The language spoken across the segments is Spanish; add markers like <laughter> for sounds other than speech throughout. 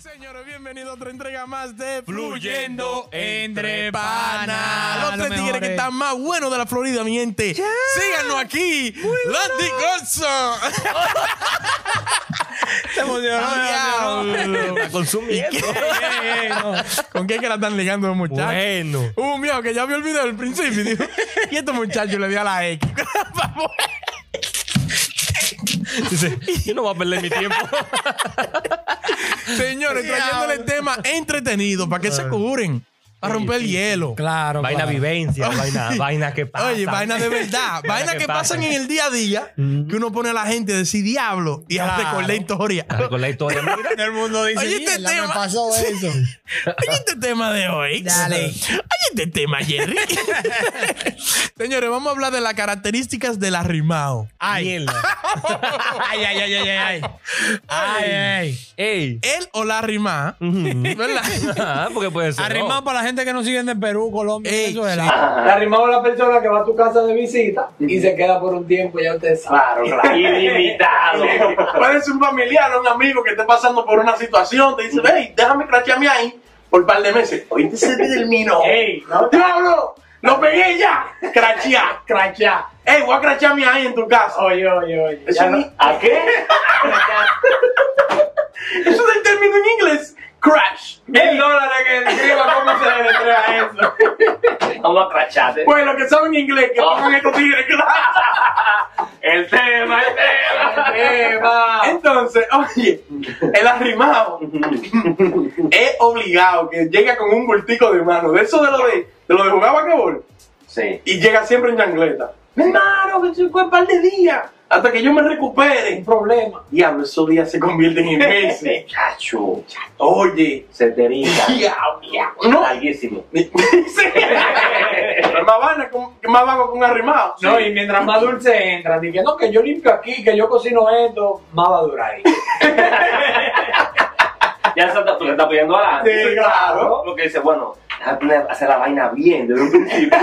señores, bienvenidos a otra entrega más de Fluyendo Fluyendo entre entre panas. Panas. Los Los tres tigres mejores. que están más buenos de la Florida, mi gente. Síganos aquí. Landy Gonzo. <laughs> Se Diablo. consumiendo. ¿Con qué es que la están ligando los muchachos? <laughs> Bueno. Hubo un mío que ya había olvidado al principio. Dijo, y este muchacho le dio a la X. Dice, yo no voy a perder mi tiempo. Señores, trayéndole temas entretenidos para que se curen. Para romper el hielo. Claro. vaina claro. vivencia, vaina, vaina que pasa. Oye, vaina de <laughs> verdad. vaina que, pasan en el día a día. Mm. Que uno pone a la gente a decir diablo y a Claro. recordar historia. Con la historia. Mira, Todo el mundo dice, Oye, este "Mierda, me tema". <laughs> pasó eso. Oye, este tema de hoy. Dale. Oye, este tema, <laughs> Jerry. Señores, vamos a hablar de las características del arrimado. mierda. <laughs> Ay, ay, ay, ay, ay. Ay, ay. Ey. Él o la arrimada. ¿Verdad? Ah, porque puede ser. Arrimado para la gente que nos siguen de Perú, Colombia, Ey, Venezuela. La arrimamos a la persona que va a tu casa de visita y se queda por un tiempo, ya ustedes saben. Claro, <laughs> claro. Ilimitado. Puede ser un familiar o un amigo que esté pasando por una situación, te dice, hey, déjame crachearme ahí por un par de meses. Oíste ese termino. Ey. no te hablo. Lo pegué ya. Crachea, crachea. Ey, voy a crachearme ahí en tu casa. Oye, oye, oye. Eso Ya ni- no- ¿A qué? Eso es el término en inglés. Crash. Mil dólares que escriba cómo se le entrega eso. Vamos a cracharte. Pues los que saben inglés, Oh. que pongan estos tigres, claro. El tema, el tema. <laughs> Entonces, oye, el arrimado es obligado que llega con un bultico de mano. De eso de lo de, de, lo de jugar basquetbol. Sí. y llega siempre en chancleta. Mi hermano, que se fue un par de días hasta que yo me recupere. Un problema. Diablo, esos días se convierten en meses. <laughs> Chacho. Oye, Se te rica. diablo, diablo. No, Larguísimo. <laughs> sí. Pero más vaina con- que más vago con arrimado. No, y mientras más dulce entran, dije, no, que yo limpio aquí, que yo cocino esto, más va a durar ahí. Ya se está, tú le estás pidiendo a la Sí, claro. Porque dice, bueno, déjame poner- hacer la vaina bien desde <laughs> un principio.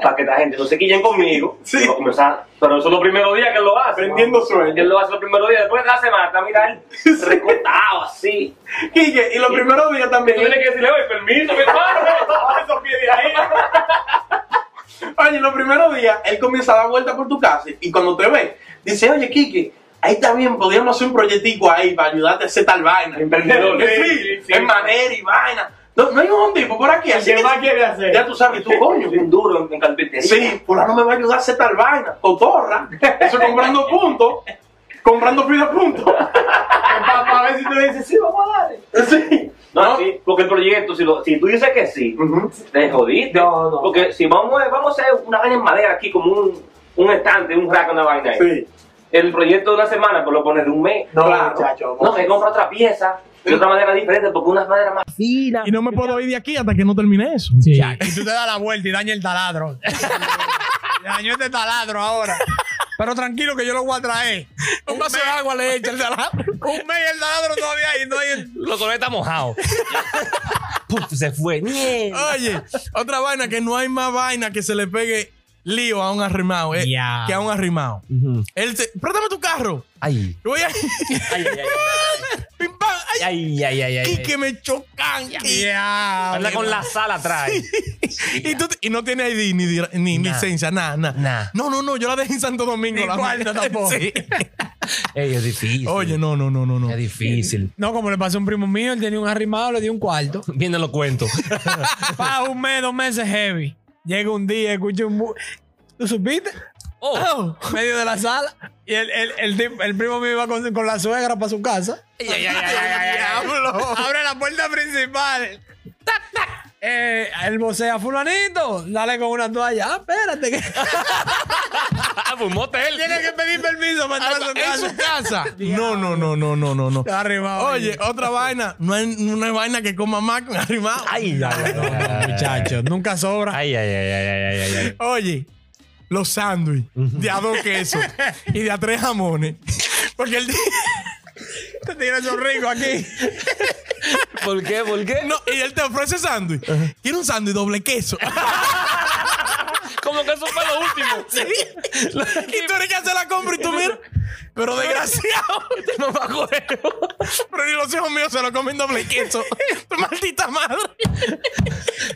para que la gente no se quillen conmigo. Sí. Pero comenzar- pero eso es los primeros días que él lo hace. Prendiendo Él sueño. lo hace los primeros días, después de la semana está, mira, <laughs> él recortado así. Y, que- y los primeros días Que también. tú tienes que decirle, oye, permiso, mi hermano, baja esos pies de ahí. Oye, los primeros días él comienza a dar vueltas por tu casa y cuando te ve, dice, oye, Kike, ahí está bien, podríamos hacer un proyectico ahí para ayudarte a hacer tal vaina. Emprendedor. Sí, Sí, sí, sí. en madera y vaina. No, no hay un tipo por aquí. Así que, quiere hacer? ya tú sabes, <laughs> tú, Coño, coño. bien duro en- en carpintería. Sí, fulano me va a ayudar a hacer tal vaina. Cotorra. Eso comprando puntos. Comprando fila <laughs> puntos. Para ver si tú le dices, sí, vamos a darle. Sí. No, ¿No? sí, porque el proyecto, si, lo- si tú dices que sí, Ujú. te jodiste. No, no. Porque si vamos, a- vamos a hacer una vaina en madera aquí, como un, un estante, un rack, una vaina ahí. Sí. El proyecto de una semana, pues lo pones de un mes. No, Claro. muchacho. No, que compra otra pieza de otra manera diferente, porque una es madera más. Y no me puedo ir de aquí hasta que no termine eso. Sí. <laughs> Y tú te das la vuelta y daña <laughs> el taladro. Y dañó este taladro ahora. Pero tranquilo que yo lo voy a traer. Un vaso de agua le echa el taladro. Un mes y el taladro todavía y no hay el- Lo con está mojado. Pum, se fue. Mierda. Oye, otra vaina que no hay más vaina que se le pegue lío a un arrimado. eh, Ya. Que a un arrimado. Ujú. Él se, préstame tu carro. Ay. Yo <laughs> voy a... Ay, ay, Pim, pam, ay, ay. Ay, ay, ay, ay. y que me chocan. Y, Ya, Anda con la sala atrás. <laughs> y tú te- y no tiene ID ni, dir- ni Nah. licencia, nada, nada. Nah. No, no, no, yo la dejé en Santo Domingo. Ni la cuarto vaina. <laughs> tampoco. Sí. <laughs> Ey, es difícil. Oye, no, no, no, no, no. Es difícil. No, como le pasó a un primo mío, él tenía un arrimado, le dio un <laughs> cuarto. Viene lo cuento. Pa, un mes, dos meses heavy. Llega un día, escucha un... bu- ¿Tú supiste? Oh. Medio de la sala. Y el, el, el, tip- el primo mío iba con, con la suegra para su casa. Ay, ay, ay, ay, ay, ay, ay. Abre la puerta principal. Tac, tac. Eh, el vocea fulanito. Dale con una toalla. Ah, espérate. Que Ah, fue un motel. tiene que pedir permiso para entrar En a su su casa. casa. <laughs> No, no, no, no, no, no, no. Está arrimado. Oye, otra vaina. No hay, no hay vaina que coma más con <laughs> arrimado. <laughs> Ay, ay, ay, No, ay, <laughs> no, ay, muchachos, nunca sobra. Ay, ay, ay, ay, ay, ay, ay, ay. Oye, los sándwiches de a dos quesos y de a tres jamones. Porque el Te tiene esos ricos aquí. ¿Por qué? ¿Por qué? no, y él te ofrece sándwich. Quiere un sándwich doble queso. Como que eso fue lo último. y tú eres que hacer la compra y tú mira. Pero desgraciado. Este Pero ni los hijos míos se lo comen doble queso. Tu maldita madre.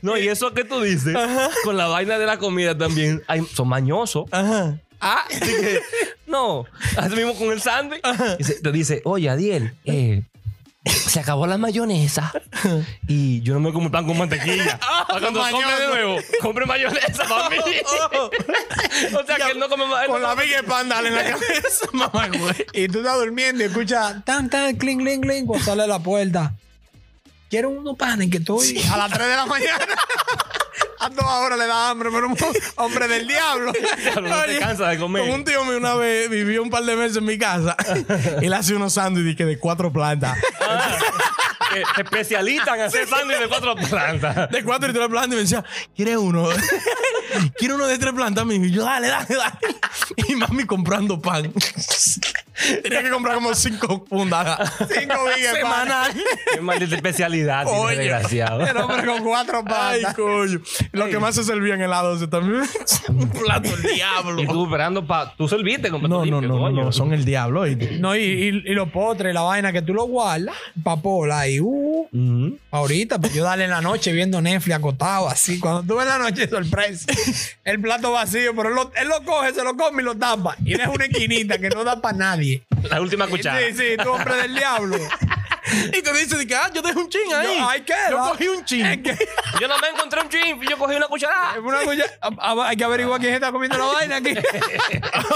No, y eso que tú dices, con la vaina de la comida también, ay, son mañosos. Ajá. Ah, <laughs> así que, no, así mismo con el sándwich. Dice- Te dice, oye, Adiel, eh, se acabó la mayonesa y yo no me como tan con <laughs> mantequilla. Para cuando come de Ah, mañoso. Oh. nuevo, <laughs> compre mayonesa para mí. <laughs> o sea, que él no come ma- él Con no la come- big espandal en la cabeza. Mamá, güey. Y tú estás durmiendo y escuchas tan, tan, cling, cling, cling, cuando sale a la puerta. Quiero unos panes que estoy. A las 3 de la mañana. <laughs> A todas horas le da hambre, pero un hombre del <laughs> diablo. Diablo, no te cansas de comer. Con un tío mío una vez vivió un par de meses en mi <laughs> casa. Él hace unos sándwiches que de cuatro plantas. Ah, que se especializan en hacer sándwich de cuatro plantas. De cuatro y tres plantas. Y me decía, ¿quieres uno? <laughs> ¿Quieres uno de tres plantas? mijo?" Y yo, dale, dale, dale. Y mami comprando pan. <laughs> Tenía que comprar como cinco fundas. Cinco vigas semanal. Qué maldita especialidad, tiene, Oye. desgraciado. El hombre con cuatro Ay, panes. coño. Lo que más se servía en helado ese <laughs> también. un plato del Y diablo. tú esperando para... Tú serviste con No, no, limpio, no, coño. no, son el diablo. oíste. <clears throat> No, y, y, y los potres, la vaina que tú lo guardas, papola, ahí, uh, Mm. ahorita, pues yo dale en la noche viendo Netflix acotado, así, cuando tú ves la noche, <laughs> sorpresa, el plato vacío, pero él lo, él lo coge, se lo come y lo tapa, y deja una esquinita que no da para nadie. La última cuchara. Sí, sí, tú hombre del diablo. <laughs> Y te dice, de que, ah, yo dejé un chin ahí. Yo, ay, ¿qué? Yo Va. cogí un chin. Es que- Yo no me encontré un chip, yo cogí una cucharada. es <laughs> una cosa- a- a- hay que averiguar quién está comiendo la vaina aquí.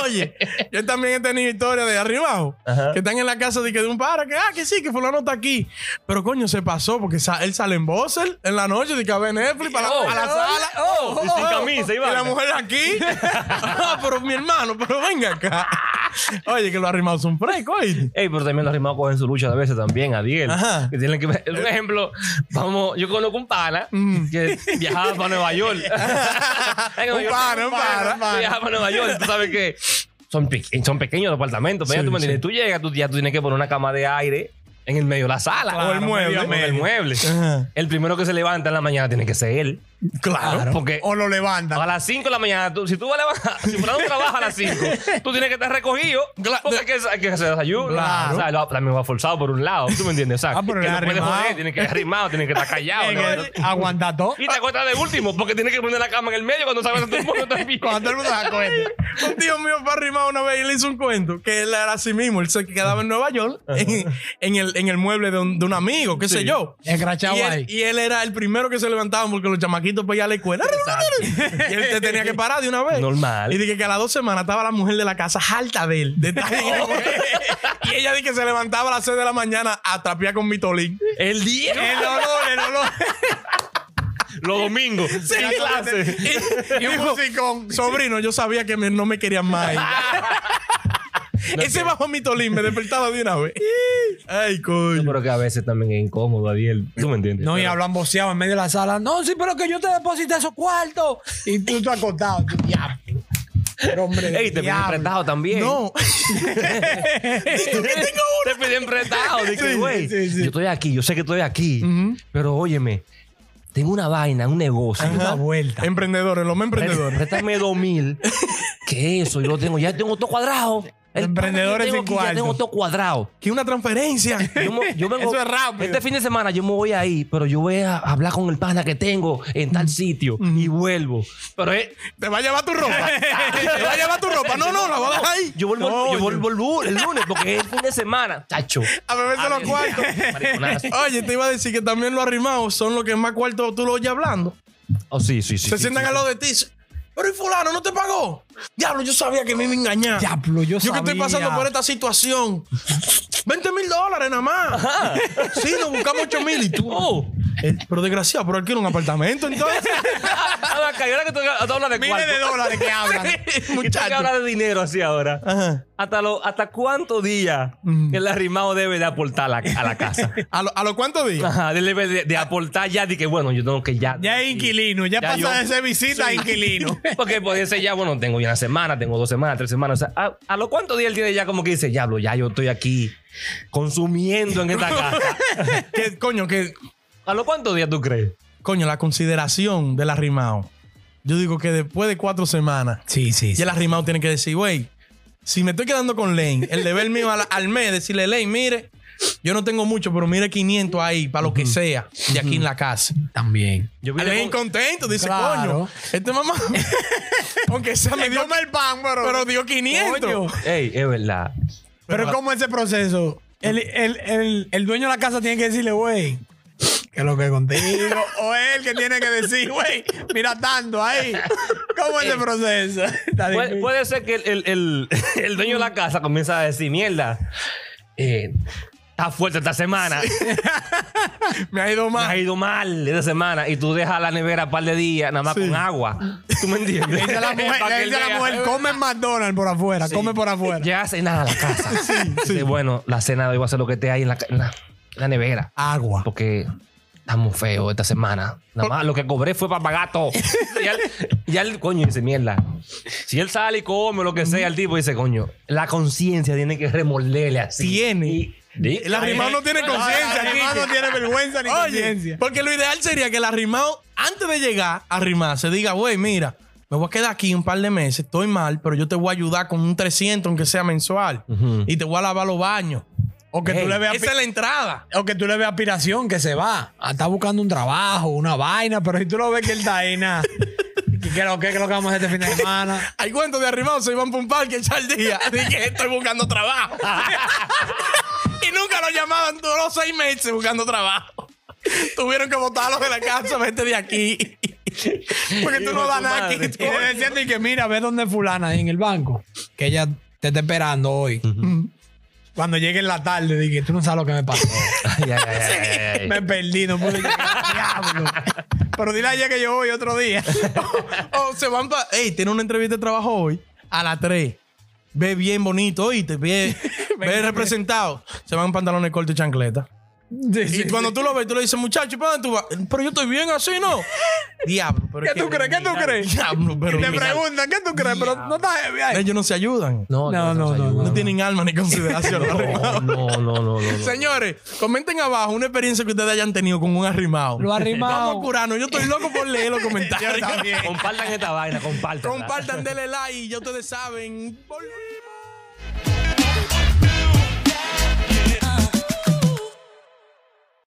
Oye, yo también he tenido historias de arriba abajo, Ajá. que están en la casa de, que de un para que, ah, que sí, que fulano está aquí. Pero coño, se pasó porque sa- él sale en Bosser en la noche, de que a ver Netflix para la- Oh. a la sala. Oh, y sin camisa, y Iván. la mujer <laughs> aquí. <laughs> Ah, pero mi hermano, pero venga acá. <laughs> Oye, que los arrimados son frescos, oíste. Ey, pero también los rimados cogen su lucha de veces también, Adiel. Ajá. Que tienen que ver. Un ejemplo, vamos, yo conozco un pana que viajaba para <laughs> Nueva York. Venga, Mm. Un yo- pana, un pana, un pana. Viajaba para Nueva York, tú sabes que son, pe- son pequeños los apartamentos. pero ya Sí, tú me entiendes, tú llegas, tú, ya tú tienes que poner una cama de aire en el medio de la sala. Claro, O el mueble. O el mueble. Ajá. El primero que se levanta en la mañana tiene que ser él. Claro. Porque O lo levantan. a las 5 de la mañana, tú- si tú vas a levantar, <laughs> si fuera un trabajo a las 5, tú tienes que estar recogido porque hay que, hay que hacer desayuno. Ah, Claro. O sea, lo- también va forzado por un lado, ¿tú me entiendes? O sea, Ah, pero que es no puedes arrimado. joder, tienes que ir arrimado, tienes que estar <laughs> callado. ¿no? Aguanta todo. Y te acuestas de último porque tienes que poner la cama en el medio cuando sabes a todo el mundo también. Cuando todo el mundo se da cuenta. <laughs> Un tío mío fue arrimado una vez y le hizo un cuento que él era así mismo. Él se quedaba en Nueva York, en, en el, en el mueble de un, de un amigo, qué sé yo. Escrachado y, ahí. él, y él era el primero que se levantaban porque los chamaquitos para ir a la escuela. <laughs> Y él te tenía que parar de una vez. Normal. Y dije que a las dos semanas estaba la mujer de la casa alta de él. de estar <laughs> en el mueble. y ella dije que se levantaba a las seis de la mañana a trapear con mitolín. <laughs> El <laughs> día, El olor, el olor. los domingos, sin clase. <laughs> Y, y un musicón. Sobrino, yo sabía que me- no me querían más. <laughs> ahí. Ese bajo mitolín me despertaba de <laughs> una vez. Ay, coño. Pero que a veces también es incómodo, Adiel. ¿Tú me entiendes? No, y hablan boceado en medio de la sala. No, sí, pero que yo te deposité esos cuartos. Y tú te has acostado. Tú, diablo. Pero, hombre. Ey, te piden diablo. prestado también. <laughs> No. <laughs> Te piden prestado. de <laughs> que, Sí, güey, sí, sí. yo estoy aquí, yo sé que estoy aquí, pero óyeme, tengo una vaina, un negocio. Una vuelta. Emprendedores, los más Pré- <laughs> emprendedores. Préstame <laughs> dos mil. ¿Qué es eso? Yo lo tengo, ya tengo todo cuadrado. Emprendedores yo tengo sin aquí, Ya tengo cuarto. todo cuadrado. Que una <laughs> transferencia. Yo, me- <laughs> yo vengo- Eso es rápido. Este fin de semana yo me voy ahí, pero yo voy a hablar con el pana que tengo en tal sitio y vuelvo. Pero eh, es, Te va a llevar tu <laughs> ropa. Te va a llevar tu ropa. No, no, la voy a dejar ahí. yo vuelvo, Coño. yo vuelvo el lu- el lunes porque es el fin de semana. Chacho. A beberse los cuartos. Ah, <laughs> Mariconazo. Oye, te iba a decir que también los arrimados son los que más cuartos tú lo oyes hablando. Oh, sí, sí, sí. Se sí, sientan sí. al lado de ti. y dicen, Pero el fulano no te pagó. Diablo, yo sabía que me iba a engañar. Diablo, yo Yo que estoy sabía. pasando por esta <laughs> situación. 20 mil dólares nada más. <laughs> Sí, nos buscamos 8 mil y tú. Oh. <laughs> Eh, pero desgraciado, pero alquilo un apartamento <laughs> entonces. Ah, Bacay, ahora que tú, tú hablas de Miles cuarto. de dólares que <laughs> hablan. Ah. Y tú que Muchacho. hablas de dinero así ahora. Ajá. ¿Hasta, lo, ¿Hasta cuánto día Mm. que el arrimado debe de aportar a la, a la <laughs> casa? ¿A los cuántos días? Ajá, él debe de, de aportar ya de que, bueno, yo tengo que ya... Ya es inquilino. Ya, Ya pasa yo- de ser visita a inquilino. Porque puede ser ya, bueno, tengo ya una semana, tengo dos semanas, tres semanas. O sea, ¿a, a lo cuánto día él tiene ya como que dice, diablo, ya yo estoy aquí consumiendo en <laughs> esta casa? Que, coño, que ¿A lo cuánto día tú crees? coño, la consideración del arrimado. Yo digo que después de cuatro semanas, Sí, sí. ya el arrimado tiene que decir, güey, si me estoy quedando con Lane, el deber mío al, al mes decirle, Lane, mire, yo no tengo mucho, pero mire 500 ahí para lo que sea de aquí en la casa. También. Yo vine Lane con- contento, dice, Claro. coño, este <laughs> mamá, aunque sea me dio, el pan, pero. pero dio 500. Coño. Ey, es verdad. Pero ¿cómo es ese proceso? El, el, el, el dueño de la casa tiene que decirle, güey, que lo <laughs> que Pues, contigo. o él que tiene que decir, güey, mira tanto ahí. <laughs> ¿Cómo Eh, es ese proceso? Está Puede, pues, difícil. puede ser que el, el- <laughs> el- el dueño de la casa comienza a decir, mierda, eh, está fuerte esta semana, Me ha ido me mal. ha ido mal esta semana, y tú dejas la nevera un par de días, nada más con agua. ¿Tú me entiendes? Le dice <laughs> a la mujer, <laughs> Pa' le que dice a la vea. mujer, come en McDonald's por afuera, come por afuera. Llega a cenar a la casa. Dice, Bueno, la cena de hoy va a ser lo que esté ahí en la, ca- en la- en la nevera. Agua. Porque estamos feos esta semana. Nada más lo que cobré fue para pagar todo. ya, el, ya el coño dice, mierda. Si él sale y come o lo que sea, el tipo dice, coño, la conciencia tiene que remorderle así. Tiene. Y- y- <laughs> El arrimado no tiene conciencia. El Quique. hermano tiene vergüenza ni Oye, conciencia. porque lo ideal sería que el arrimado, antes de llegar a arrimar, se diga, güey, mira, me voy a quedar aquí un par de meses, estoy mal, pero yo te voy a ayudar con un 300, aunque sea mensual, Ujú. y te voy a lavar los baños. O que Ey, tú le veas Esa es la entrada. o que tú le veas aspiración que se va. Ah, Está buscando un trabajo, una vaina, pero si tú lo ves que él está ahí, <laughs> nada. ¿Qué es lo que, qué es lo que vamos a hacer este fin de semana? Hay cuentos de arrimado, se iban para un parque echar el día. <laughs> Dije, estoy buscando trabajo. <laughs> y nunca lo llamaban todos los seis meses buscando trabajo. <laughs> Tuvieron que botarlos de la casa, vete de aquí. <laughs> Porque tú Hijo no de das tu nada aquí. madre. <laughs> Y le decía a ti que mira, ve dónde fulana ahí en el banco, que ella te está esperando hoy. Cuando llegue en la tarde, dije, tú no sabes lo que me <laughs> pasó. Ay, ay, ay, ay, ay, ay. me perdí, no pude llegar. Diablo. Pero dile a ella que yo voy otro <laughs> día. o Oh, se van para. Ey, tiene una entrevista de trabajo hoy a las 3. Ve bien bonito, y te ve, ve representado. Se van en pantalones cortos y chancleta. Sí, sí, Y cuando tú lo ves, tú le dices, muchacho, ¿y para dónde tú vas? Pero yo estoy bien así, ¿no? Diablo, pero. es ¿Qué tú que- crees? ¿Qué tú crees? Diablo, pero. sí. Te mira, preguntan, ¿qué tú crees? Pero no estás heavy ahí. Ellos no se ayudan. No, No, no, nos no, ayuda. No tienen alma <laughs> ni consideración. los No, arrimados. no, no, no, no, no. Señores, comenten abajo una experiencia que ustedes hayan tenido con un arrimado. Lo Vamos a arrimado. curarnos. Yo estoy loco por leer los comentarios. Compartan esta vaina, compartan. Compartan, denle like, ya ustedes saben. Volvemos.